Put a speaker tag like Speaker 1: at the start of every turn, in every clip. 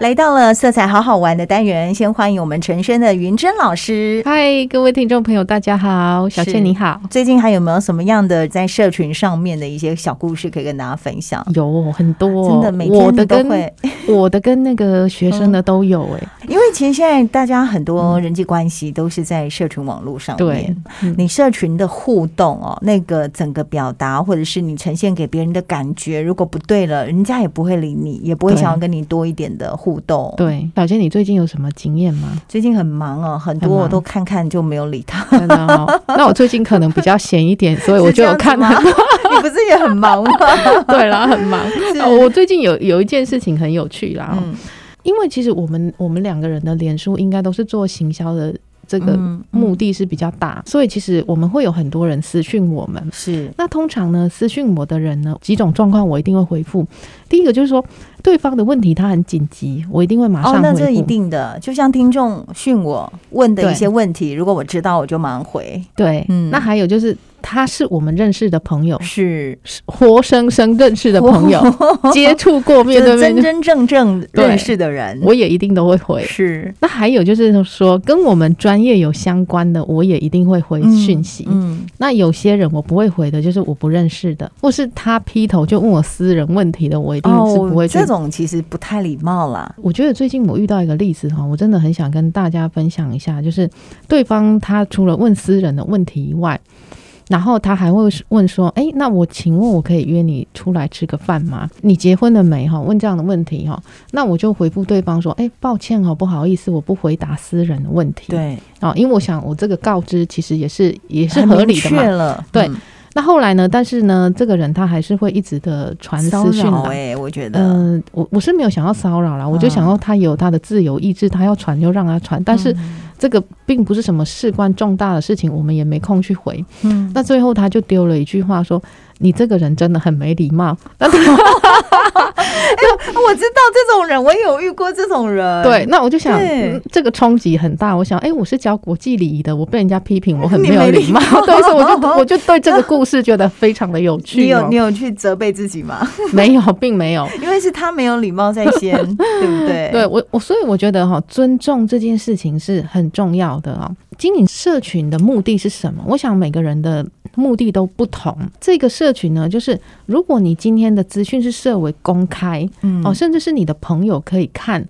Speaker 1: 来到了色彩好好玩的单元，先欢迎我们陈轩的云珍老师。
Speaker 2: 嗨，各位听众朋友，大家好，小
Speaker 1: 是
Speaker 2: 倩你好。
Speaker 1: 最近还有没有什么样的在社群上面的一些小故事可以跟大家分享？
Speaker 2: 有很多，
Speaker 1: 真的，每
Speaker 2: 我
Speaker 1: 天
Speaker 2: 的
Speaker 1: 你都
Speaker 2: 跟
Speaker 1: 会，嗯
Speaker 2: 我的跟那个学生的都有哎、
Speaker 1: 因为其实现在大家很多人际关系都是在社群网络上
Speaker 2: 对
Speaker 1: 面。，你社群的互动哦，那个整个表达或者是你呈现给别人的感觉，如果不对了，人家也不会理你，也不会
Speaker 2: 对
Speaker 1: 想要跟你多一点的互动。，
Speaker 2: 对，小倩，你最近有什么经验吗？
Speaker 1: 最近很忙哦，很多
Speaker 2: 很忙
Speaker 1: 我都看看就没有理他。
Speaker 2: 真的哦，那我最近可能比较闲 一点，所以我
Speaker 1: 是这
Speaker 2: 就有
Speaker 1: 样子
Speaker 2: 看
Speaker 1: 吗
Speaker 2: 很多。
Speaker 1: 你不是也很忙吗？
Speaker 2: 对啦，很忙。 哦我最近有有一件事情很有趣啦，哦
Speaker 1: 嗯，
Speaker 2: 因为其实我们我们两个人的脸书应该都是做行销的这个
Speaker 1: 嗯
Speaker 2: 目的是比较大，所以其实我们会有很多人私讯我们。
Speaker 1: 是
Speaker 2: 那通常呢，私讯我的人呢，几种状况我一定会回复。第一个就是说，对方的问题他很紧急，我一定会马上
Speaker 1: 哦
Speaker 2: 回，复。
Speaker 1: 那这一定的，就像听众训我问的一些问题，如果我知道，我就马上回。
Speaker 2: 对。
Speaker 1: 嗯
Speaker 2: 那还有就是，他是我们认识的朋友，
Speaker 1: 是
Speaker 2: 活生生认识的朋 友， 接触过
Speaker 1: 就
Speaker 2: 面对
Speaker 1: 是哦真
Speaker 2: 面，
Speaker 1: 真正正
Speaker 2: 对
Speaker 1: 认识的人，
Speaker 2: 我也一定都会回。
Speaker 1: 是
Speaker 2: 那还有就是说，跟我们专业有相关的，我也一定会回讯息。
Speaker 1: 嗯，
Speaker 2: 那有些人我不会回的，就是我不认识的，或是他劈头就问我私人问题的，我一定是不会
Speaker 1: 哦，
Speaker 2: 去
Speaker 1: 这种其实不太礼貌啦。
Speaker 2: 我觉得最近我遇到一个例子哈，我真的很想跟大家分享一下，就是对方他除了问私人的问题以外，然后他还会问说：“诶，那我请问我可以约你出来吃个饭吗？你结婚了没？”哈，问这样的问题哈，那我就回复对方说：“诶，抱歉哦，不好意思，我不回答私人的问题。”
Speaker 1: 对，
Speaker 2: 哦，因为我想我这个告知其实也是也是
Speaker 1: 很
Speaker 2: 合
Speaker 1: 明
Speaker 2: 理的
Speaker 1: 确
Speaker 2: 嘛。
Speaker 1: 了，
Speaker 2: 对
Speaker 1: 嗯
Speaker 2: 那后来呢？但是呢，这个人他还是会一直的传
Speaker 1: 骚
Speaker 2: 私讯
Speaker 1: 扰
Speaker 2: 来。
Speaker 1: 哎，我觉得，
Speaker 2: 嗯，我我是没有想要骚扰啦，我就想
Speaker 1: 嗯
Speaker 2: 要他有他的自由意志，他要传就让他传，但是这个并不是什么事关重大的事情，我们也没空去回。
Speaker 1: 嗯，
Speaker 2: 那最后他就丢了一句话说：“你这个人真的很没礼貌。
Speaker 1: 我知道这种人，我也有遇过这种人，
Speaker 2: 对，，那我就想、
Speaker 1: 哎对
Speaker 2: 嗯这个冲击很大。我想，哎、我是教国际礼仪的，我被人家批评，我很
Speaker 1: 你
Speaker 2: 没有
Speaker 1: 没礼
Speaker 2: 礼貌。
Speaker 1: 貌
Speaker 2: 对，所以我 就我就对这个故事觉得非常的有趣、哦。
Speaker 1: 你有你有去责备自己吗？
Speaker 2: 没有，并没有。
Speaker 1: 因为是他没有礼貌在先， 对不对？
Speaker 2: 对我，我所以我觉得哈、尊重这件事情是很重要的啊、经营社群的目的是什么？我想每个人的目的都不同。这个社群呢，就是如果你今天的资讯是设为公开
Speaker 1: 嗯，
Speaker 2: 哦，甚至是你的朋友可以看，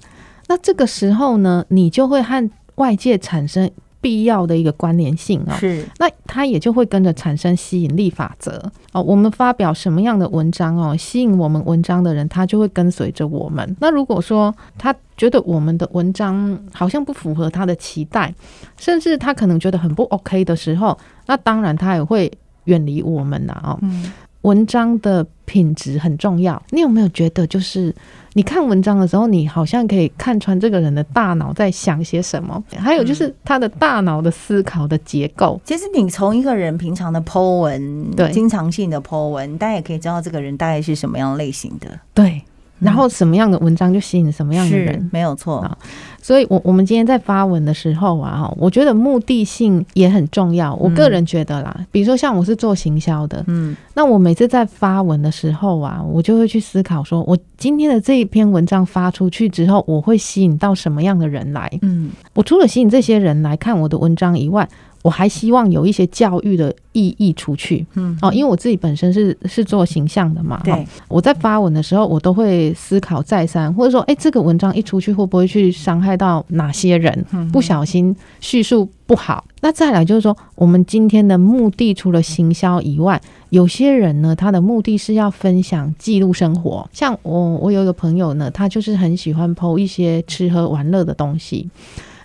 Speaker 2: 那这个时候呢，你就会和外界产生必要的一个关联性啊、
Speaker 1: 是
Speaker 2: 那它也就会跟着产生吸引力法则哦。我们发表什么样的文章哦，吸引我们文章的人，他就会跟随着我们。那如果说他觉得我们的文章好像不符合他的期待，甚至他可能觉得很不 OK 的时候，那当然他也会远离我们啦、哦。
Speaker 1: 嗯，
Speaker 2: 文章的品质很重要。你有没有觉得，就是你看文章的时候，你好像可以看穿这个人的大脑在想些什么？还有就是他的大脑的思考的结构。
Speaker 1: 其实你从一个人平常的 Po 文，
Speaker 2: 对
Speaker 1: 经常性的 Po 文，大家也可以知道这个人大概是什么样类型的，
Speaker 2: 对，然后什么样的文章就吸引什么样的
Speaker 1: 嗯是
Speaker 2: 人。
Speaker 1: 没有错
Speaker 2: 啊，所以我，我们今天在发文的时候啊，哈我觉得目的性也很重要。我个人觉得啦，比如说像我是做行销的，
Speaker 1: 嗯，
Speaker 2: 那我每次在发文的时候啊，我就会去思考说，我今天的这一篇文章发出去之后，我会吸引到什么样的人来？
Speaker 1: 嗯，
Speaker 2: 我除了吸引这些人来看我的文章以外，我还希望有一些教育的意义出去。
Speaker 1: 嗯，
Speaker 2: 哦，因为我自己本身是是做形象的嘛，
Speaker 1: 对
Speaker 2: 哦，我在发文的时候，我都会思考再三，或者说，哎，这个文章一出去会不会去伤害到哪些人？不小心叙述不好。那再来就是说，我们今天的目的除了行销以外，有些人呢，他的目的是要分享记录生活。像我，我有一个朋友呢，他就是很喜欢剖一些吃喝玩乐的东西。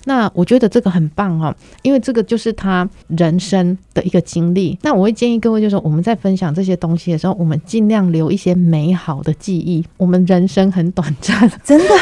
Speaker 2: 那我觉得这个很棒哦，因为这个就是他人生的一个经历。那我会建议各位，就是说我们在分享这些东西的时候，我们尽量留一些美好的记忆。我们人生很短 暂，
Speaker 1: 真的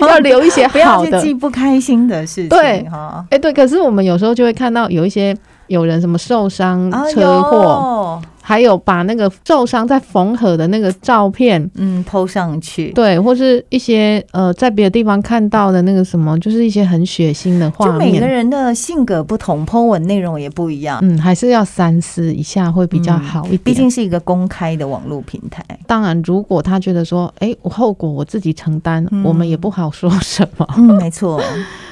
Speaker 2: 要留一些
Speaker 1: 不要
Speaker 2: 好
Speaker 1: 去
Speaker 2: 的。
Speaker 1: 记不开心的事情，
Speaker 2: 对
Speaker 1: 哈，
Speaker 2: 哎，对，可是我们有时候就会看到有一些有人什么受伤、
Speaker 1: 啊
Speaker 2: 嗯车祸，
Speaker 1: 有
Speaker 2: 还有把那个受伤在缝合的那个照片，
Speaker 1: 嗯，抛上去，
Speaker 2: 对，或是一些呃在别的地方看到的那个什么，就是一些很血腥的
Speaker 1: 就
Speaker 2: 画
Speaker 1: 每个
Speaker 2: 面。
Speaker 1: 人的性格不同，抛文内容也不一样。
Speaker 2: 嗯，还是要三思一下会比较好一点。
Speaker 1: 嗯毕竟是一个公开的网络平台，
Speaker 2: 当然，如果他觉得说，哎，我后果我自己承担，
Speaker 1: 嗯
Speaker 2: 我们也不好说什么。
Speaker 1: 嗯，没错，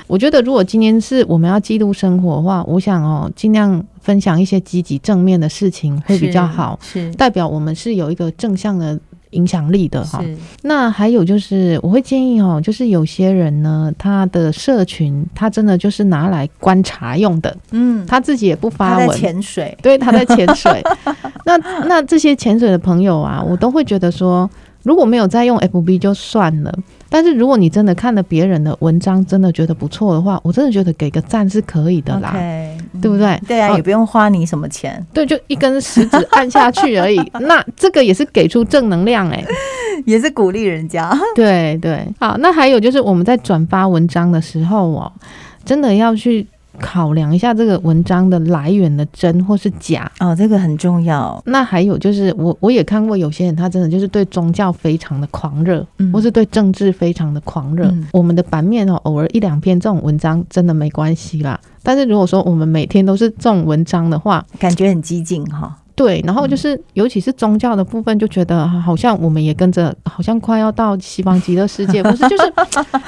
Speaker 2: 我觉得，如果今天是我们要记录生活的话，我想哦，尽量分享一些积极正面的事情 会比较好，
Speaker 1: 是，
Speaker 2: 代表我们是有一个正向的影响力的
Speaker 1: 是
Speaker 2: 哈。
Speaker 1: 是，
Speaker 2: 那还有就是，我会建议哦，就是有些人呢，他的社群他真的就是拿来观察用的，
Speaker 1: 嗯，
Speaker 2: 他自己也不
Speaker 1: 他
Speaker 2: 发
Speaker 1: 在
Speaker 2: 文，
Speaker 1: 潜水，
Speaker 2: 对，他在潜水。那那这些潜水的朋友啊，我都会觉得说，如果没有在用 FB 就算了，但是如果你真的看了别人的文章，真的觉得不错的话，我真的觉得给个赞是可以的啦
Speaker 1: OK，
Speaker 2: 对不对？
Speaker 1: 对啊，
Speaker 2: 哦
Speaker 1: 也不用花你什么钱，
Speaker 2: 对，就一根食指按下去而已。那这个也是给出正能量哎、
Speaker 1: 也是鼓励人家，
Speaker 2: 对对，好，那还有就是我们在转发文章的时候哦，真的要去考量一下这个文章的来源的真或是假。
Speaker 1: 哦，这个很重要，
Speaker 2: 那还有就是我，我也看过有些人，他真的就是对宗教非常的狂热，
Speaker 1: 嗯
Speaker 2: 或是对政治非常的狂热。
Speaker 1: 嗯
Speaker 2: 我们的版面哦，偶尔一两篇这种文章真的没关系啦。但是如果说我们每天都是这种文章的话，
Speaker 1: 感觉很激进哈，
Speaker 2: 对，然后就是、
Speaker 1: 嗯
Speaker 2: 尤其是宗教的部分，就觉得啊好像我们也跟着，好像快要到西方极乐世界， 不是？就是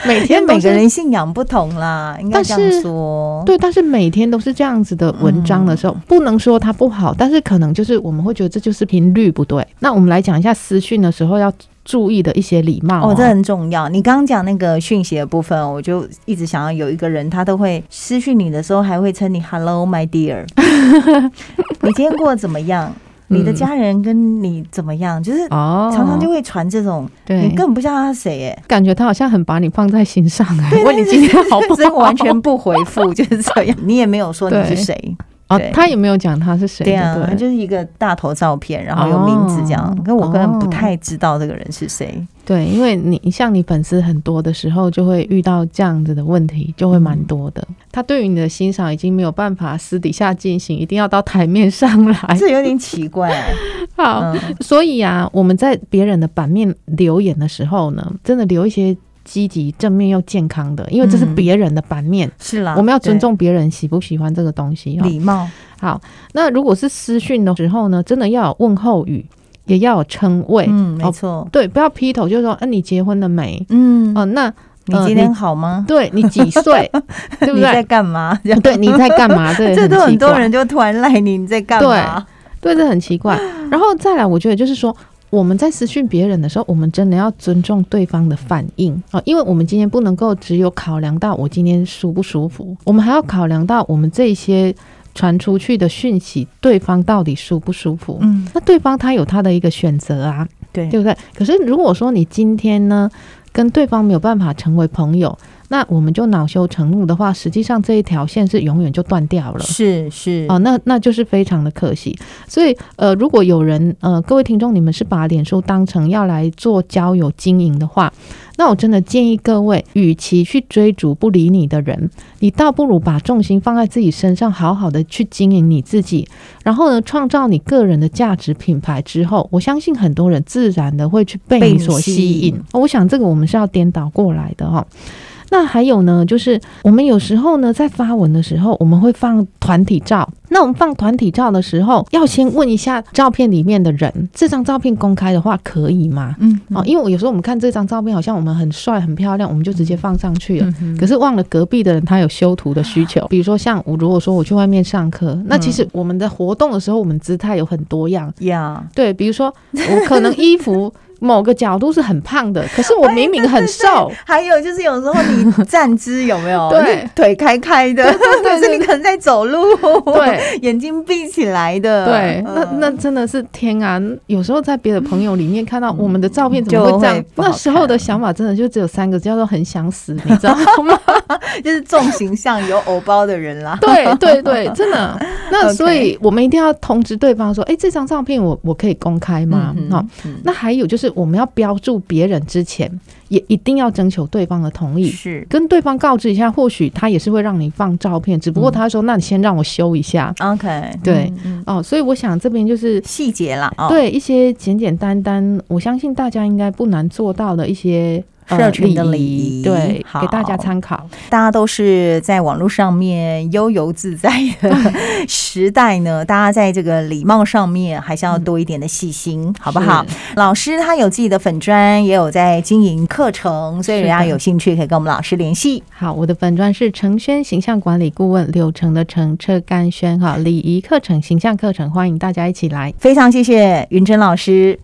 Speaker 2: 每
Speaker 1: 因
Speaker 2: 天
Speaker 1: 为每
Speaker 2: 都
Speaker 1: 个
Speaker 2: 是
Speaker 1: 人信仰不同啦，应该
Speaker 2: 但
Speaker 1: 这样
Speaker 2: 是
Speaker 1: 说，
Speaker 2: 对，但是每天都是这样子的文章的
Speaker 1: 嗯
Speaker 2: 时候，不能说它不好，但是可能就是我们会觉得这就是频率不对。那我们来讲一下私讯的时候要注意的一些礼貌、啊
Speaker 1: 哦，这很重要。你刚刚讲那个讯息的部分哦，我就一直想要有一个人，他都会私讯你的时候，还会称你 “Hello, my dear”，你今天过得怎么样？你的家人跟你怎么样？就是
Speaker 2: 嗯哦，
Speaker 1: 常常就会传这种，你
Speaker 2: 对，
Speaker 1: 根本不知道他是谁耶。
Speaker 2: 感觉他好像很把你放在心上 哎、
Speaker 1: 啊对
Speaker 2: 问你今天好不好，
Speaker 1: 所以我 完全不回 复，就是这样。你也没有说你是
Speaker 2: 对
Speaker 1: 谁，
Speaker 2: 哦
Speaker 1: 对，
Speaker 2: 他也没有讲他是谁，
Speaker 1: 对啊，
Speaker 2: 不
Speaker 1: 他就是一个大头照片，然后有名字这样
Speaker 2: 哦，
Speaker 1: 可我根本不
Speaker 2: 哦
Speaker 1: 太知道这个人是谁。
Speaker 2: 对，因为你像你粉丝很多的时候，就会遇到这样子的问题，就会蛮多
Speaker 1: 嗯
Speaker 2: 的。他对于你的欣赏已经没有办法私底下进行，一定要到台面上来。
Speaker 1: 这有点奇 怪。
Speaker 2: 哎好，
Speaker 1: 嗯，
Speaker 2: 所以啊，我们在别人的版面留言的时候呢，真的留一些积极、正面又健康的，因为这是
Speaker 1: 嗯啊
Speaker 2: 别人的版面，
Speaker 1: 是啦，
Speaker 2: 我们要尊
Speaker 1: 对
Speaker 2: 重别人喜不喜欢这个东西哦。
Speaker 1: 礼貌。
Speaker 2: 好，那如果是私讯的时候呢，真的要有问候语，也要有称谓，
Speaker 1: 嗯，
Speaker 2: 哦
Speaker 1: 没错。对
Speaker 2: 对，不要劈头就说，嗯、你结婚了没？
Speaker 1: 嗯
Speaker 2: 哦、那
Speaker 1: 你今天好吗？
Speaker 2: 对你几 岁，对不
Speaker 1: 你在
Speaker 2: 对？
Speaker 1: 干嘛？这样
Speaker 2: 对，你在干嘛？这 也
Speaker 1: 这都
Speaker 2: 很
Speaker 1: 很
Speaker 2: 奇
Speaker 1: 多
Speaker 2: 怪
Speaker 1: 人就突然赖你，你在干嘛？
Speaker 2: 对，这很奇怪。然后再来，我觉得就是说，我们在私讯别人的时候，我们真的要尊重对方的反应哦，因为我们今天不能够只有考量到我今天舒不舒服，我们还要考量到我们这些传出去的讯息，对方到底舒不舒服。
Speaker 1: 嗯，
Speaker 2: 那对方他有他的一个选择啊，
Speaker 1: 对，
Speaker 2: 对不对？可是如果说你今天呢跟对方没有办法成为朋友，那我们就恼羞成怒的话，实际上这一条线是永远就断掉了。
Speaker 1: 是是
Speaker 2: 哦，那那就是非常的可惜。所以呃，如果有人呃，各位听众，你们是把脸书当成要来做交友经营的话，那我真的建议各位，与其去追逐不理你的人，你倒不如把重心放在自己身上，好好的去经营你自己，然后呢，创造你个人的价值品牌之后，我相信很多人自然的会去被
Speaker 1: 被
Speaker 2: 你
Speaker 1: 你
Speaker 2: 所
Speaker 1: 吸
Speaker 2: 吸引
Speaker 1: 引。
Speaker 2: 哦我想这个我们是要颠倒过来的哈、哦。那还有呢，就是我们有时候呢，在发文的时候，我们会放团体照。那我们放团体照的时候，要先问一下照片里面的人，这张照片公开的话可以吗？
Speaker 1: 嗯
Speaker 2: 哦，因为我有时候我们看这张照片，好像我们很帅、很漂亮，我们就直接放上去了。
Speaker 1: 嗯
Speaker 2: 可是忘了隔壁的人他有修图的需求，比如说像我，如果说我去外面上课，那其实我们在活动的时候，我们姿态有很多样。
Speaker 1: 呀，
Speaker 2: 对，比如说我可能衣服 某个角度是很胖的，可是我明明很瘦，
Speaker 1: 还有就是有时候 你站姿有没有？
Speaker 2: 对
Speaker 1: 你腿开开的，可是你可能在走路，
Speaker 2: 对，
Speaker 1: 眼睛闭起来的，
Speaker 2: 对，
Speaker 1: 嗯
Speaker 2: 那那真的是天啊！有时候在别的朋友里面看到我们的照片，怎
Speaker 1: 就
Speaker 2: 么会
Speaker 1: 会
Speaker 2: 这样？
Speaker 1: 不好
Speaker 2: 那时候的想法真的就只有三个，叫做很想死，你知道吗？。
Speaker 1: 就是重形象有偶包的人啦
Speaker 2: 对对对，真的。那
Speaker 1: OK
Speaker 2: 所以我们一定要通知对方说，哎，这张照片我我可以公开吗？
Speaker 1: 嗯
Speaker 2: 好、
Speaker 1: 嗯
Speaker 2: 那还有就是，就是我们要标注别人之前，也一定要征求对方的同意，
Speaker 1: 是
Speaker 2: 跟对方告知一下，或许他也是会让你放照片，只不
Speaker 1: 嗯
Speaker 2: 过他说，那你先让我修一下
Speaker 1: OK，
Speaker 2: 对
Speaker 1: 嗯，嗯
Speaker 2: 哦。所以我想这边就是
Speaker 1: 细节啦，哦，
Speaker 2: 对一些简简单单，我相信大家应该不难做到的一些。呃
Speaker 1: 社群的礼仪
Speaker 2: 对，
Speaker 1: 好
Speaker 2: 给大家参考。
Speaker 1: 大家都是在网络上面悠游自在的时代呢，大家在这个礼貌上面还
Speaker 2: 嗯
Speaker 1: 是要多一点的细心，好不好？老师他有自己的粉砖，也有在经营课程，所以人家有兴趣可以跟我们老师联系。
Speaker 2: 好，我的本专是程轩形象管理顾问柳橙的橙车甘轩哈，礼仪课程、形象课程，欢迎大家一起来。
Speaker 1: 非常谢谢云珍老师。